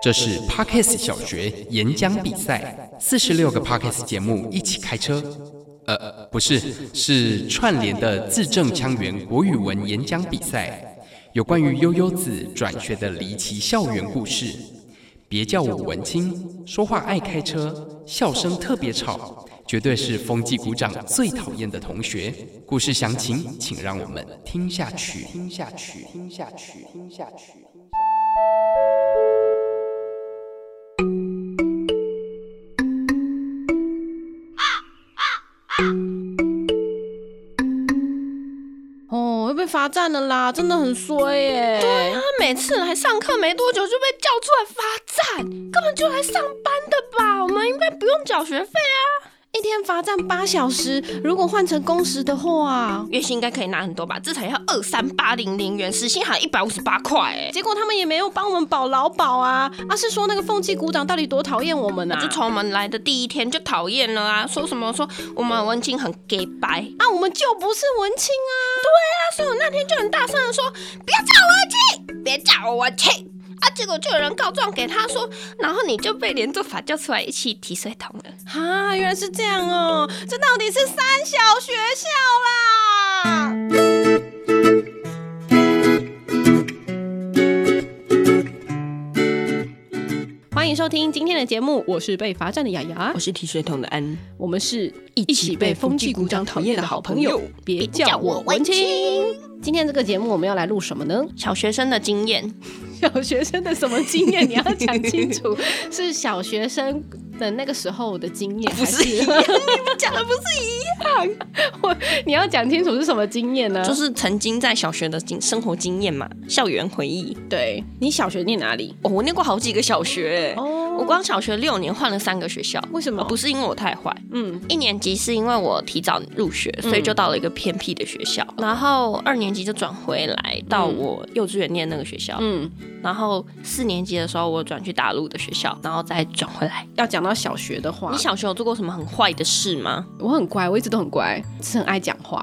这是 Parkes 小学演讲比赛，四十六个 Parkes 节目一起开车。呃，不是，是串联的字正腔圆国语文演讲比赛，有关于悠悠子转学的离奇校园故事。别叫我文青，说话爱开车，笑声特别吵，绝对是风纪股长最讨厌的同学。故事详情，请让我们听下去，听下去，听下去，听下去。哦，又被罚站了啦，真的很衰耶、嗯对啊，每次来上课没多久就被叫出来罚站，根本就来上班的吧？我们应该不用缴学费啊，一天罚站八小时，如果换成工时的话，月薪应该可以拿很多吧？至少要二三八零零元，时薪还一百五十八块哎，结果他们也没有帮我们保劳保啊，而是说那个凤纪股长到底多讨厌我们啊？就从我们来的第一天就讨厌了啊，说什么说我们文青很 gay 白啊，啊，我们就不是文青啊！所以我那天就很大声的说，不要叫我文青，别叫我文青。啊！结果就有人告状给他说，然后你就被连坐法叫出来一起提水桶了。哈，原来是这样哦，这到底是三小学校啦！欢迎收听今天的节目，我是被罚站的雅雅，是提水桶的安，我们是一起被风纪股长讨厌的好朋友，别叫我文青。今天这个节目我们要来录什么呢？小学生的经验。小学生的什么经验？你要讲清 楚，是小学生的那个时候的经验，不是还一样讲的不是我你要讲清楚是什么经验呢？就是曾经在小学的经生活经验嘛，校园回忆。对你小学念哪里？哦，我念过好几个小学、欸，哦我光小学六年换了三个学校。为什么呃不是因为我太坏，嗯，一年级是因为我提早入学，所以就到了一个偏僻的学校。然后二年级就转回来到我幼稚园念那个学校。嗯，然后四年级的时候我转去大陆的学校，然后再转回来。要讲到小学的话你，小学有做过什么很坏的事吗？我很乖，我一直都很乖，是很爱讲 话，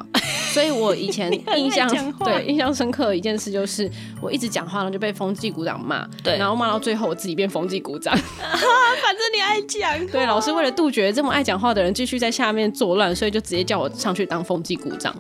所以我以前很爱印象讲话对印象深刻的一件事就是，我一直讲话，然后就被风纪股长骂，对然后骂到最后我自己变风纪股 长，反正你爱讲。对，老师为了杜绝这么爱讲话的人继续在下面作乱，所以就直接叫我上去当风纪股长。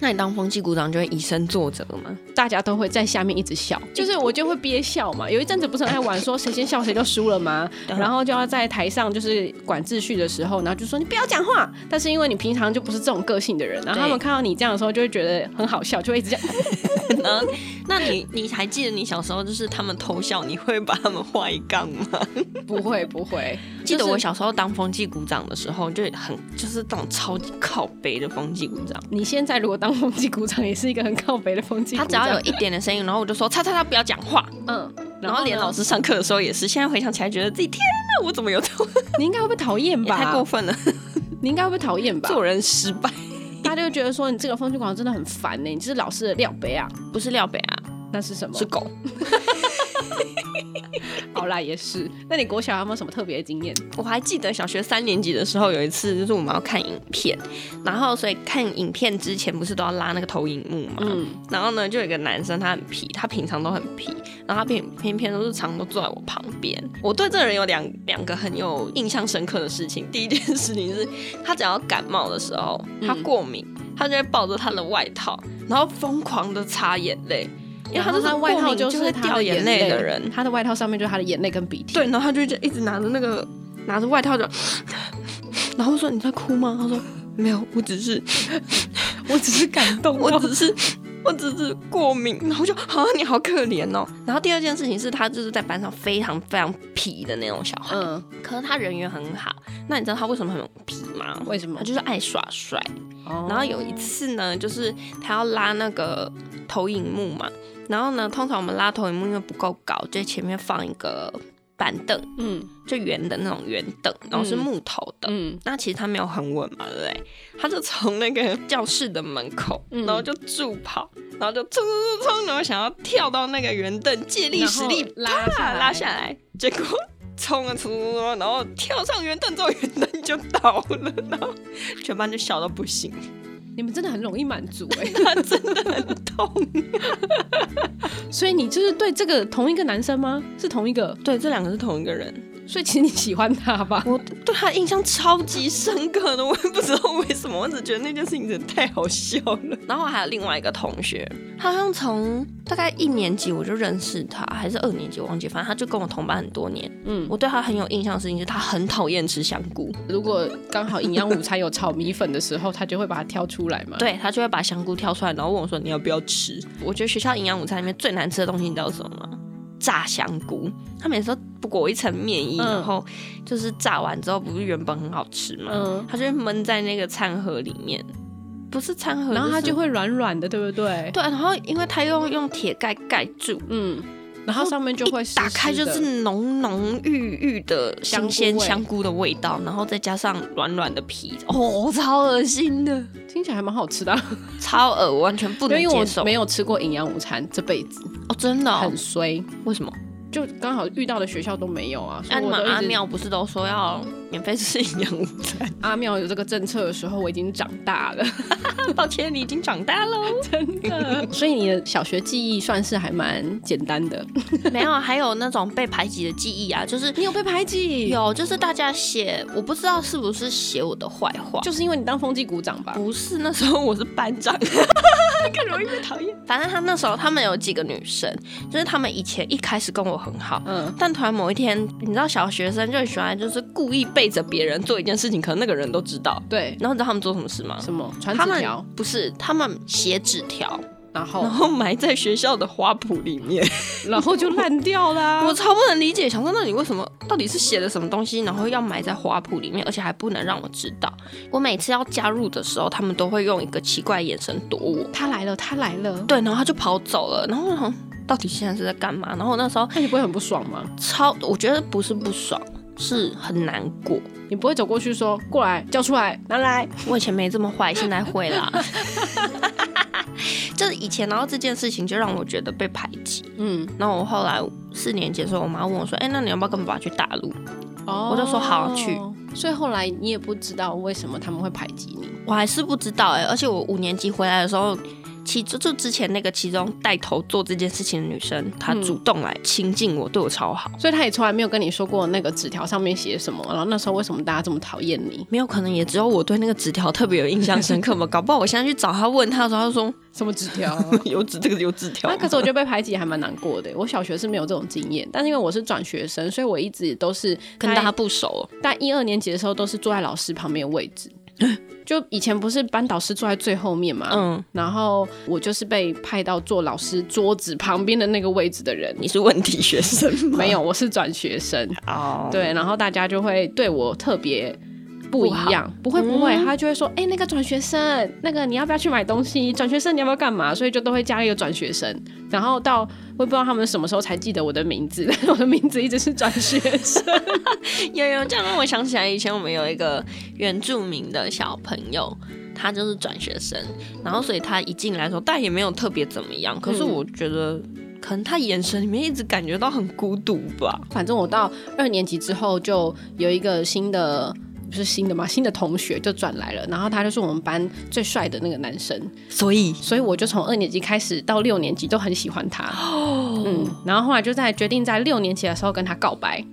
那你当风纪股长就会以身作则吗？大家都会在下面一直笑，就是我就会憋笑嘛。有一阵子不是很爱玩，说谁先笑谁就输了吗？对然后就要在台上就是管秩序的时候，然后就说你不要讲话。但是因为你平常就不是这种个性的人，然后他们看到你这样的时候就会觉得很好笑，就会一 直这样。然后， 那你你还记得你小时候就是他们偷笑，你会把他们坏杠吗？ 不会不会，记得就是我小时候当风纪股长的时候，就很就是那种超级靠背的风纪股长，你现在如果当风纪鼓掌，也是一个很靠北的风纪他鼓只掌。要有一点的声音，然后我就说叉叉叉不要讲话，嗯，然后连呢老，师上课的时候也是，现在回想起来觉得自己天哪，我怎么有这种你应该会被讨厌也太过吧？分了，你应该会被讨厌吧？ 做人失败，他就觉得说你这个风纪鼓掌真的很烦呢、你这是老师的料杯啊。不是廖北啊，那是什么？是狗。好啦，也是。那你国小有没有什么特别的经验？我还记得小学三年级的时候，有一次就是我们要看影片，然后所以看影片之前不是都要拉那个投影幕嘛，嗯然后呢就有一个男生他很皮，他平常都很皮，然后他偏偏偏都是常都坐在我旁边。我对这个人有两两个很有印象深刻的事情，第一件事情是他只要感冒的时候，他过敏，他就会抱着他的外套，然后疯狂的擦眼泪，因为他然后是他外过套敏就是会他掉的眼泪泪的人，他的外套上面就是他的眼泪跟鼻涕。对，，然后他就一直拿着那个拿着外套就，然后我说你在哭吗？他说没有，我只是我只是感动我只是我只是过敏。然后我就啊你好可怜哦。然后第二件事情是他就是在班上非常非常皮的那种小孩，嗯，可是他人缘很好。那你知道他为什么很皮吗？为什么他？就是爱耍帅。哦然后有一次呢，就是他要拉那个投影幕嘛，然后呢，通常我们拉投影幕因为不够高，就前面放一个板凳。嗯就圆的那种圆凳，然后是木头的。嗯，那其实他没有很稳嘛，对不对？他就从那个教室的门口，嗯然后就助跑，然后就冲冲冲冲，然后想要跳到那个圆凳，借力使力然后拉下啪来拉下来，结果冲啊冲冲冲，然后跳上圆凳之后，圆凳就倒了，然后全班就笑到不行。你们真的很容易满足哎、他真的很痛。 所以你就是对这个同一个男生吗？是同一个， 对，这两个是同一个人，所以其实你喜欢他吧？我对他印象超级深刻的，我也不知道为什么，我只觉得那件事情真的太好笑了。然后还有另外一个同学，他好像从大概一年级我就认识他，还是二年级我忘记，反正他就跟我同班很多年。嗯，我对他很有印象的事情就是他很讨厌吃香菇，如果刚好营养午餐有炒米粉的时候，他就会把它挑出来嘛。，对他就会把香菇挑出来，然后问我说你要不要吃。我觉得学校营养午餐里面最难吃的东西，你知道是什么吗？炸香菇，他每次都不裹一层面衣，嗯然后就是炸完之后，不是原本很好吃吗？嗯，他就会闷在那个餐盒里面，不是餐盒，然后它是就会软软的，对不对？嗯对，啊然后因为他又用铁盖盖住，嗯，然后上面就会一湿打开就湿的是浓浓郁郁的新香鲜菇味香菇的味道，然后再加上软软的皮，哦，超恶心的，听起来还蛮好吃的啊、超恶，我完全不能因为接受。我没有吃过营养午餐，这辈子哦，真的、哦很，衰，为什么？就刚好遇到的学校都没有啊。所以那你我们都一直阿妙不是都说要免费吃营养午餐？阿妙有这个政策的时候，我已经长大 了， 抱歉，你已经长大了。真的。所以你的小学记忆算是还蛮简单的。 没有，还有那种被排挤的记忆啊，就是你有被排挤？，有，就是大家写，我不知道是不是写我的坏话，就是因为你当风纪股长吧？不是那时候我是班 长，更容易被讨厌。反正他那时候他们有几个女生，就是他们以前一开始跟我很好。嗯，但突然某一天，你知道小学生就很喜欢，就是故意背着别人做一件事情，可能那个人都知道。对。然后你知道他们做什么事吗？什么传他纸们条？哦不是，他们写纸条，然后然后埋在学校的花圃里面。 然后就烂掉啦、 我超不能理解，想说那你为什么到底是写了什么东西，然后要埋在花圃里面，而且还不能让我知道。我每次要加入的时候，他们都会用一个奇怪的眼神躲我。他来了，他来了。对，然后他就跑走了。然后我想到底现在是在干嘛？然后我那时候那你不会很不爽吗？超，我觉得不是不爽，是很难过。你不会走过去说过来叫出来拿来？我以前没这么坏，现在会啦。 就是以前，然后这件事情就让我觉得被排挤。嗯，然后我后来四年级的时候，我妈问我说：“哎、那你要不要跟爸爸去大陆哦我就说好去。所以后来你也不知道为什么他们会排挤你。？”我还是不知道哎、而且我五年级回来的时候，其就就之前那个其中带头做这件事情的女生，她嗯主动来亲近我，对我超好。所以他也从来没有跟你说过那个纸条上面写什么，然后那时候为什么大家这么讨厌你？没有，可能也只有我对那个纸条特别有印象深 刻吧。搞不好我现在去找他问他的时候，他就说嗯什么纸条、有纸这个有纸条那、吗。可是我觉得被排挤还蛮难过的。我小学是没有这种经验，但是因为我是转学生，所以我一直都是跟大大家不熟，但一二年级的时候都是坐在老师旁边的位置。就以前不是班导师坐在最后面嘛，嗯，然后我就是被派到坐老师桌子旁边的那个位置的人。你是问题学生吗？没有，我是转学生，哦，对，然后大家就会对我特别。不一样，不会不会，他就会说，哎、那个转学生，那个你要不要去买东西？转学生你要不要干嘛？所以就都会加一个转学生，然后到我也不知道他们什么时候才记得我的名字， 但我的名字一直是转学生。有有，这样让我想起来，以前我们有一个原住民的小朋友，他就是转学生，然后所以他一进来的时候，但也没有特别怎么样，可是嗯我觉得。可能他眼神里面一直感觉到很孤独吧， 反正我到二年级之后就有一个新的。不是新的嘛，新的同学就转来了，然后他就是我们班最帅的那个男生，所以所以我就从二年级开始到六年级都很喜欢他。哦嗯，然后后来就在决定在六年级的时候跟他告白。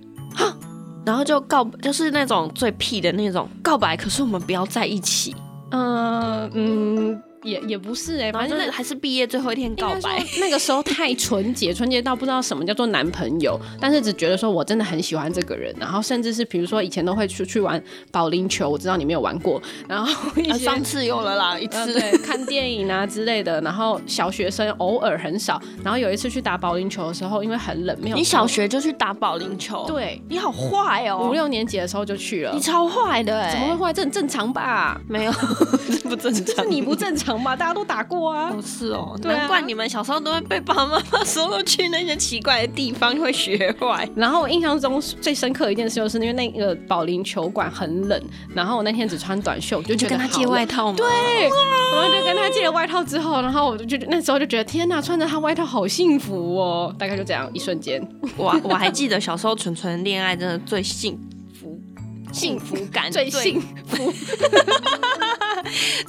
然后就告就是那种最屁的那种告白，可是我们不要在一起，嗯嗯，也也不是哎、然反后正就是那还是毕业最后一天告白， 那个时候太纯洁，纯洁到不知道什么叫做男朋 友，但是只觉得说我真的很喜欢这个人，然后甚至是比如说以前都会出去玩保龄球，我知道你没有玩过，然后一啊些上次有了啦，一呃次，对，看电影啊之类的。然后小学生偶尔很少。然后有一次去打保龄球的时候，因为很冷，没有你小球学就去打保龄球，，对你好坏哦，五六年级的时候就去了你，超坏的哎、怎么会坏？这很正常 吧？没有， 这不正这常。你不正常吧？大家都打过啊。哦，是哦，对啊难怪你们小时候都会被爸爸妈妈收去那些奇怪的地方，会学坏。然后我印象中最深刻的一件事，就是因为那个保龄球馆很冷，然后我那天只穿短袖，我就觉得好冷套吗？对，然后就跟他借了外套之后，然后我就觉得那时候就觉得天哪，穿着他外套好幸福哦，大概就这样，一瞬间。我我还记得小时候纯纯恋爱真的最幸福，幸福感最幸福。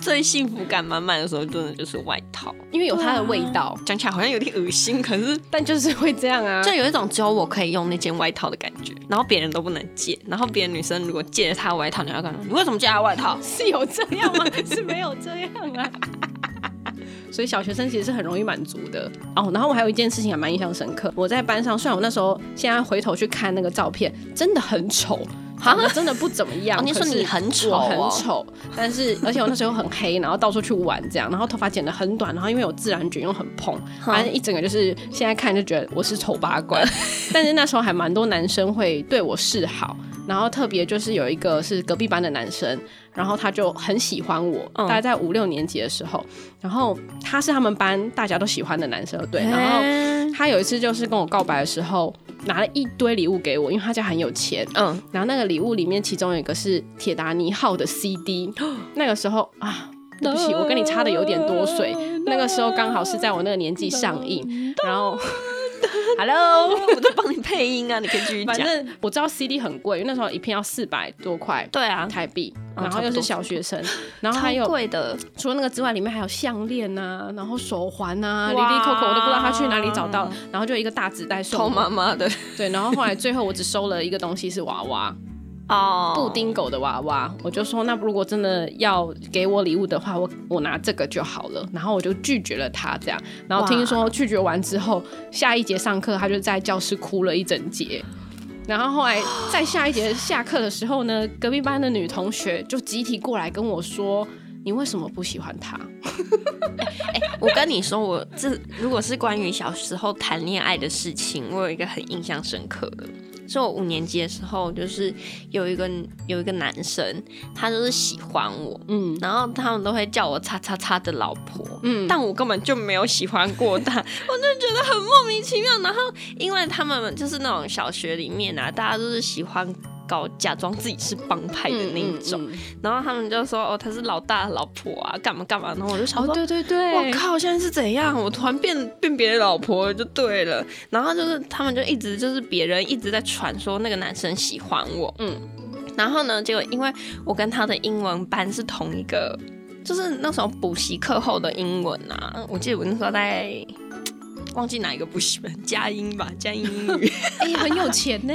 最幸福感满满的时候，真的就是外套。因为有它的味道，讲起来好像有点恶心，可是但就是会这样啊。就有一种只有我可以用那件外套的感觉，然后别人都不能借。然后别的女生如果借了她的外套，你要干嘛？你为什么借她的外套？是有这样 吗？是没有这样啊。 所以小学生其实是很容易满足的哦。然后我还有一件事情还蛮印象深刻，我在班上，虽然我那时候现在回头去看那个照片，真的很丑，长得真的不怎么样。哦你说啊可是你很丑我哦很丑，但是而且我那时候很黑，然后到处去玩这样，然后头发剪得很短，然后因为有自然卷又很蓬，反正一整个就是现在看就觉得我是丑八怪。但是那时候还蛮多男生会对我示好，然后特别就是有一个是隔壁班的男生，然后他就很喜欢我，嗯大概在五六年级的时候，然后他是他们班大家都喜欢的男生，对，然后。后他有一次就是跟我告白的时候，拿了一堆礼物给我，因为他家很有钱。嗯，然后那个礼物里面，其中有一个是铁达尼号的 CD。那嗯个时候啊，对不起，我跟你差的有点多岁。那个时候刚好是在我那个年纪上嗯映，然后，Hello，我在帮你配音啊，你可以继续讲反。正我知道 CD 很贵，因为那时候一片要四百多块对啊，台币，嗯然后又是小学 生，然后还超有贵的，除了那个之外，里面还有项链啊，然后手环啊，里哇里扣扣我都不知道他去哪里找到，然后就一个大纸袋送偷我妈妈的对，然后后来最后我只收了一个东西是娃娃，哦布丁狗的娃娃，我就说那如果真的要给我礼物的话，我我拿这个就好了。然后我就拒绝了他这样，然后听说拒绝完之后，下一节上课他就在教室哭了一整节。然后后来在下一节下课的时候呢，隔壁班的女同学就集体过来跟我说：“你为什么不喜欢他？”我跟你说，我这 如果是关于小时候谈恋爱的事情，我有一个很印象深刻的，是我五年级的时候，就是有一个有一个男生，他就是喜欢我，嗯然后他们都会叫我“叉叉叉”的老婆，嗯，但我根本就没有喜欢过他， 我就觉得很莫名其妙。然后因为他们就是那种小学里面啊，大家都是喜欢搞假装自己是帮派的那一种，嗯嗯嗯然后他们就说：“哦，他是老大的老婆啊，干嘛干嘛。”然后我就想哦，说。对对对，我靠！现在是怎样？我突然变变别人老婆了就对了。然后就是他们就一直就是别人一直在传说那个男生喜欢我，嗯嗯。然后呢，结果因为我跟他的英文班是同一个，就是那时候补习课后的英文啊，我记得我那时候在忘记哪一个补习班， 佳音吧，佳音英语。哎、很有钱呢、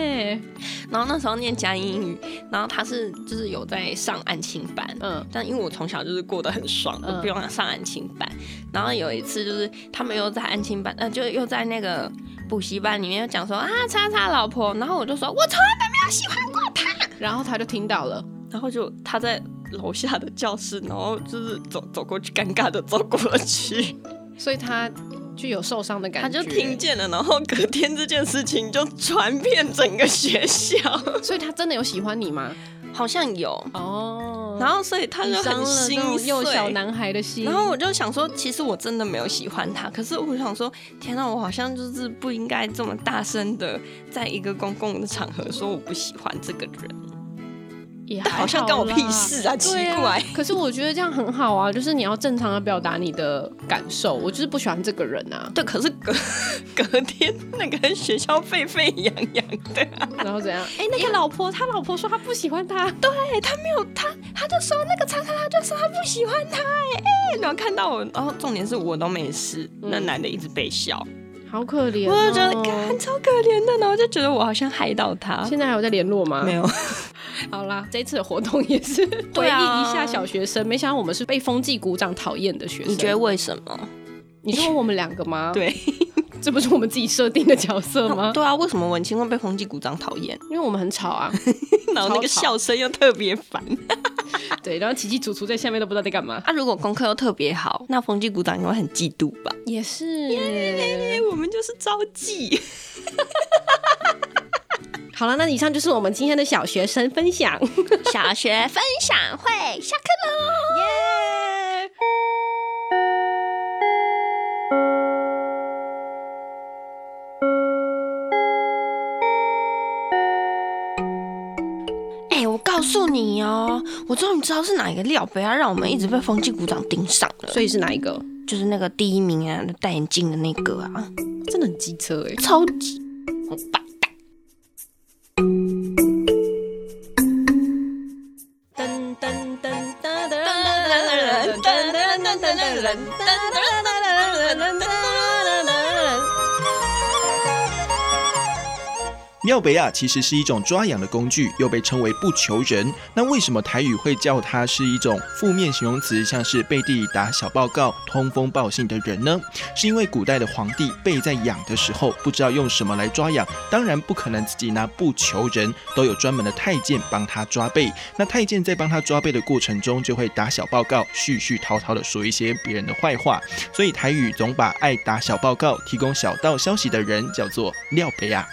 然后那时候念佳音英语，然后他是就是有在上安亲班，嗯但因为我从小就是过得很爽，嗯我不用上安亲班。然后有一次就是他们又在安亲班，呃，就又在那个补习班里面又讲说啊，叉叉老婆，然后我就说我从来都没有喜欢过他。然后他就听到了，然后就他在楼下的教室，然后就是走走过去，尴尬的走过去，所以他就有受伤的感他觉，就听，见了。然后隔天这件事情就传遍整个学校，所以他真的有喜欢你吗？好像有。哦然后所以他你就伤很了心那种幼碎小男孩的心，然后我就想说，其实我真的没有喜欢他，可是我想说，天哪，我好像就是不应该这么大声的，在一个公共的场合说我不喜欢这个人，也但还好像干我啦屁事啊，奇对啊怪。可是我觉得这样很好啊，就是你要正常的表达你的感受。我就是不喜欢这个人啊，对，可是隔隔天那个学校沸沸扬扬的、啊，然后怎样？哎、那个老婆，他老婆说他不喜欢他，对哎他没有他，他就说那个叉叉，他就说他不喜欢他、哎哎、然后看到我，然后重点是我都没事，那嗯男的一直被笑，好可怜、哦我就觉得干。超可怜的，然后就觉得我好像害到他，现在还有在联络吗？没有。好啦，这次的活动也是回忆对啊一下小学生。没想到我们是被风纪鼓掌讨厌的学生。你觉得为什么？你说我们两个吗？，对。这不是我们自己设定的角色 吗？对啊，为什么文青会被红旗鼓掌讨厌？因为我们很吵啊。 然超后那吵个笑声又特别烦。 对，然后奇奇楚楚在下面都不知道在干嘛。 啊，如果功课又特别好，那红旗鼓掌应该会很嫉妒吧？也是。 哎、我们就是招妓。好了，那以上就是我们今天的小学生分享。 小学分享会下课喽！耶、哎、我告诉你哦，我终于知道是哪一个料，不要让我们一直被风纪鼓掌盯上了。所以是哪一个？就是那个第一名啊，戴眼镜的那个啊，真的很机车哎、超级好吧。噔噔噔噔噔噔噔噔噔噔噔噔噔噔噔噔噔。妙北亚其实是一种抓痒的工具，又被称为不求人。那为什么台语会叫它是一种负面形容词，像是背地里打小报告、通风报信的人呢？是因为古代的皇帝背在痒的时候，不知道用什么来抓痒，当然不可能自己拿不求人，都有专门的太监帮他抓背。那太监在帮他抓背的过程中，就会打小报告，絮絮叨叨的说一些别人的坏话。所以台语总把爱打小报告、提供小道消息的人叫做廖北亚。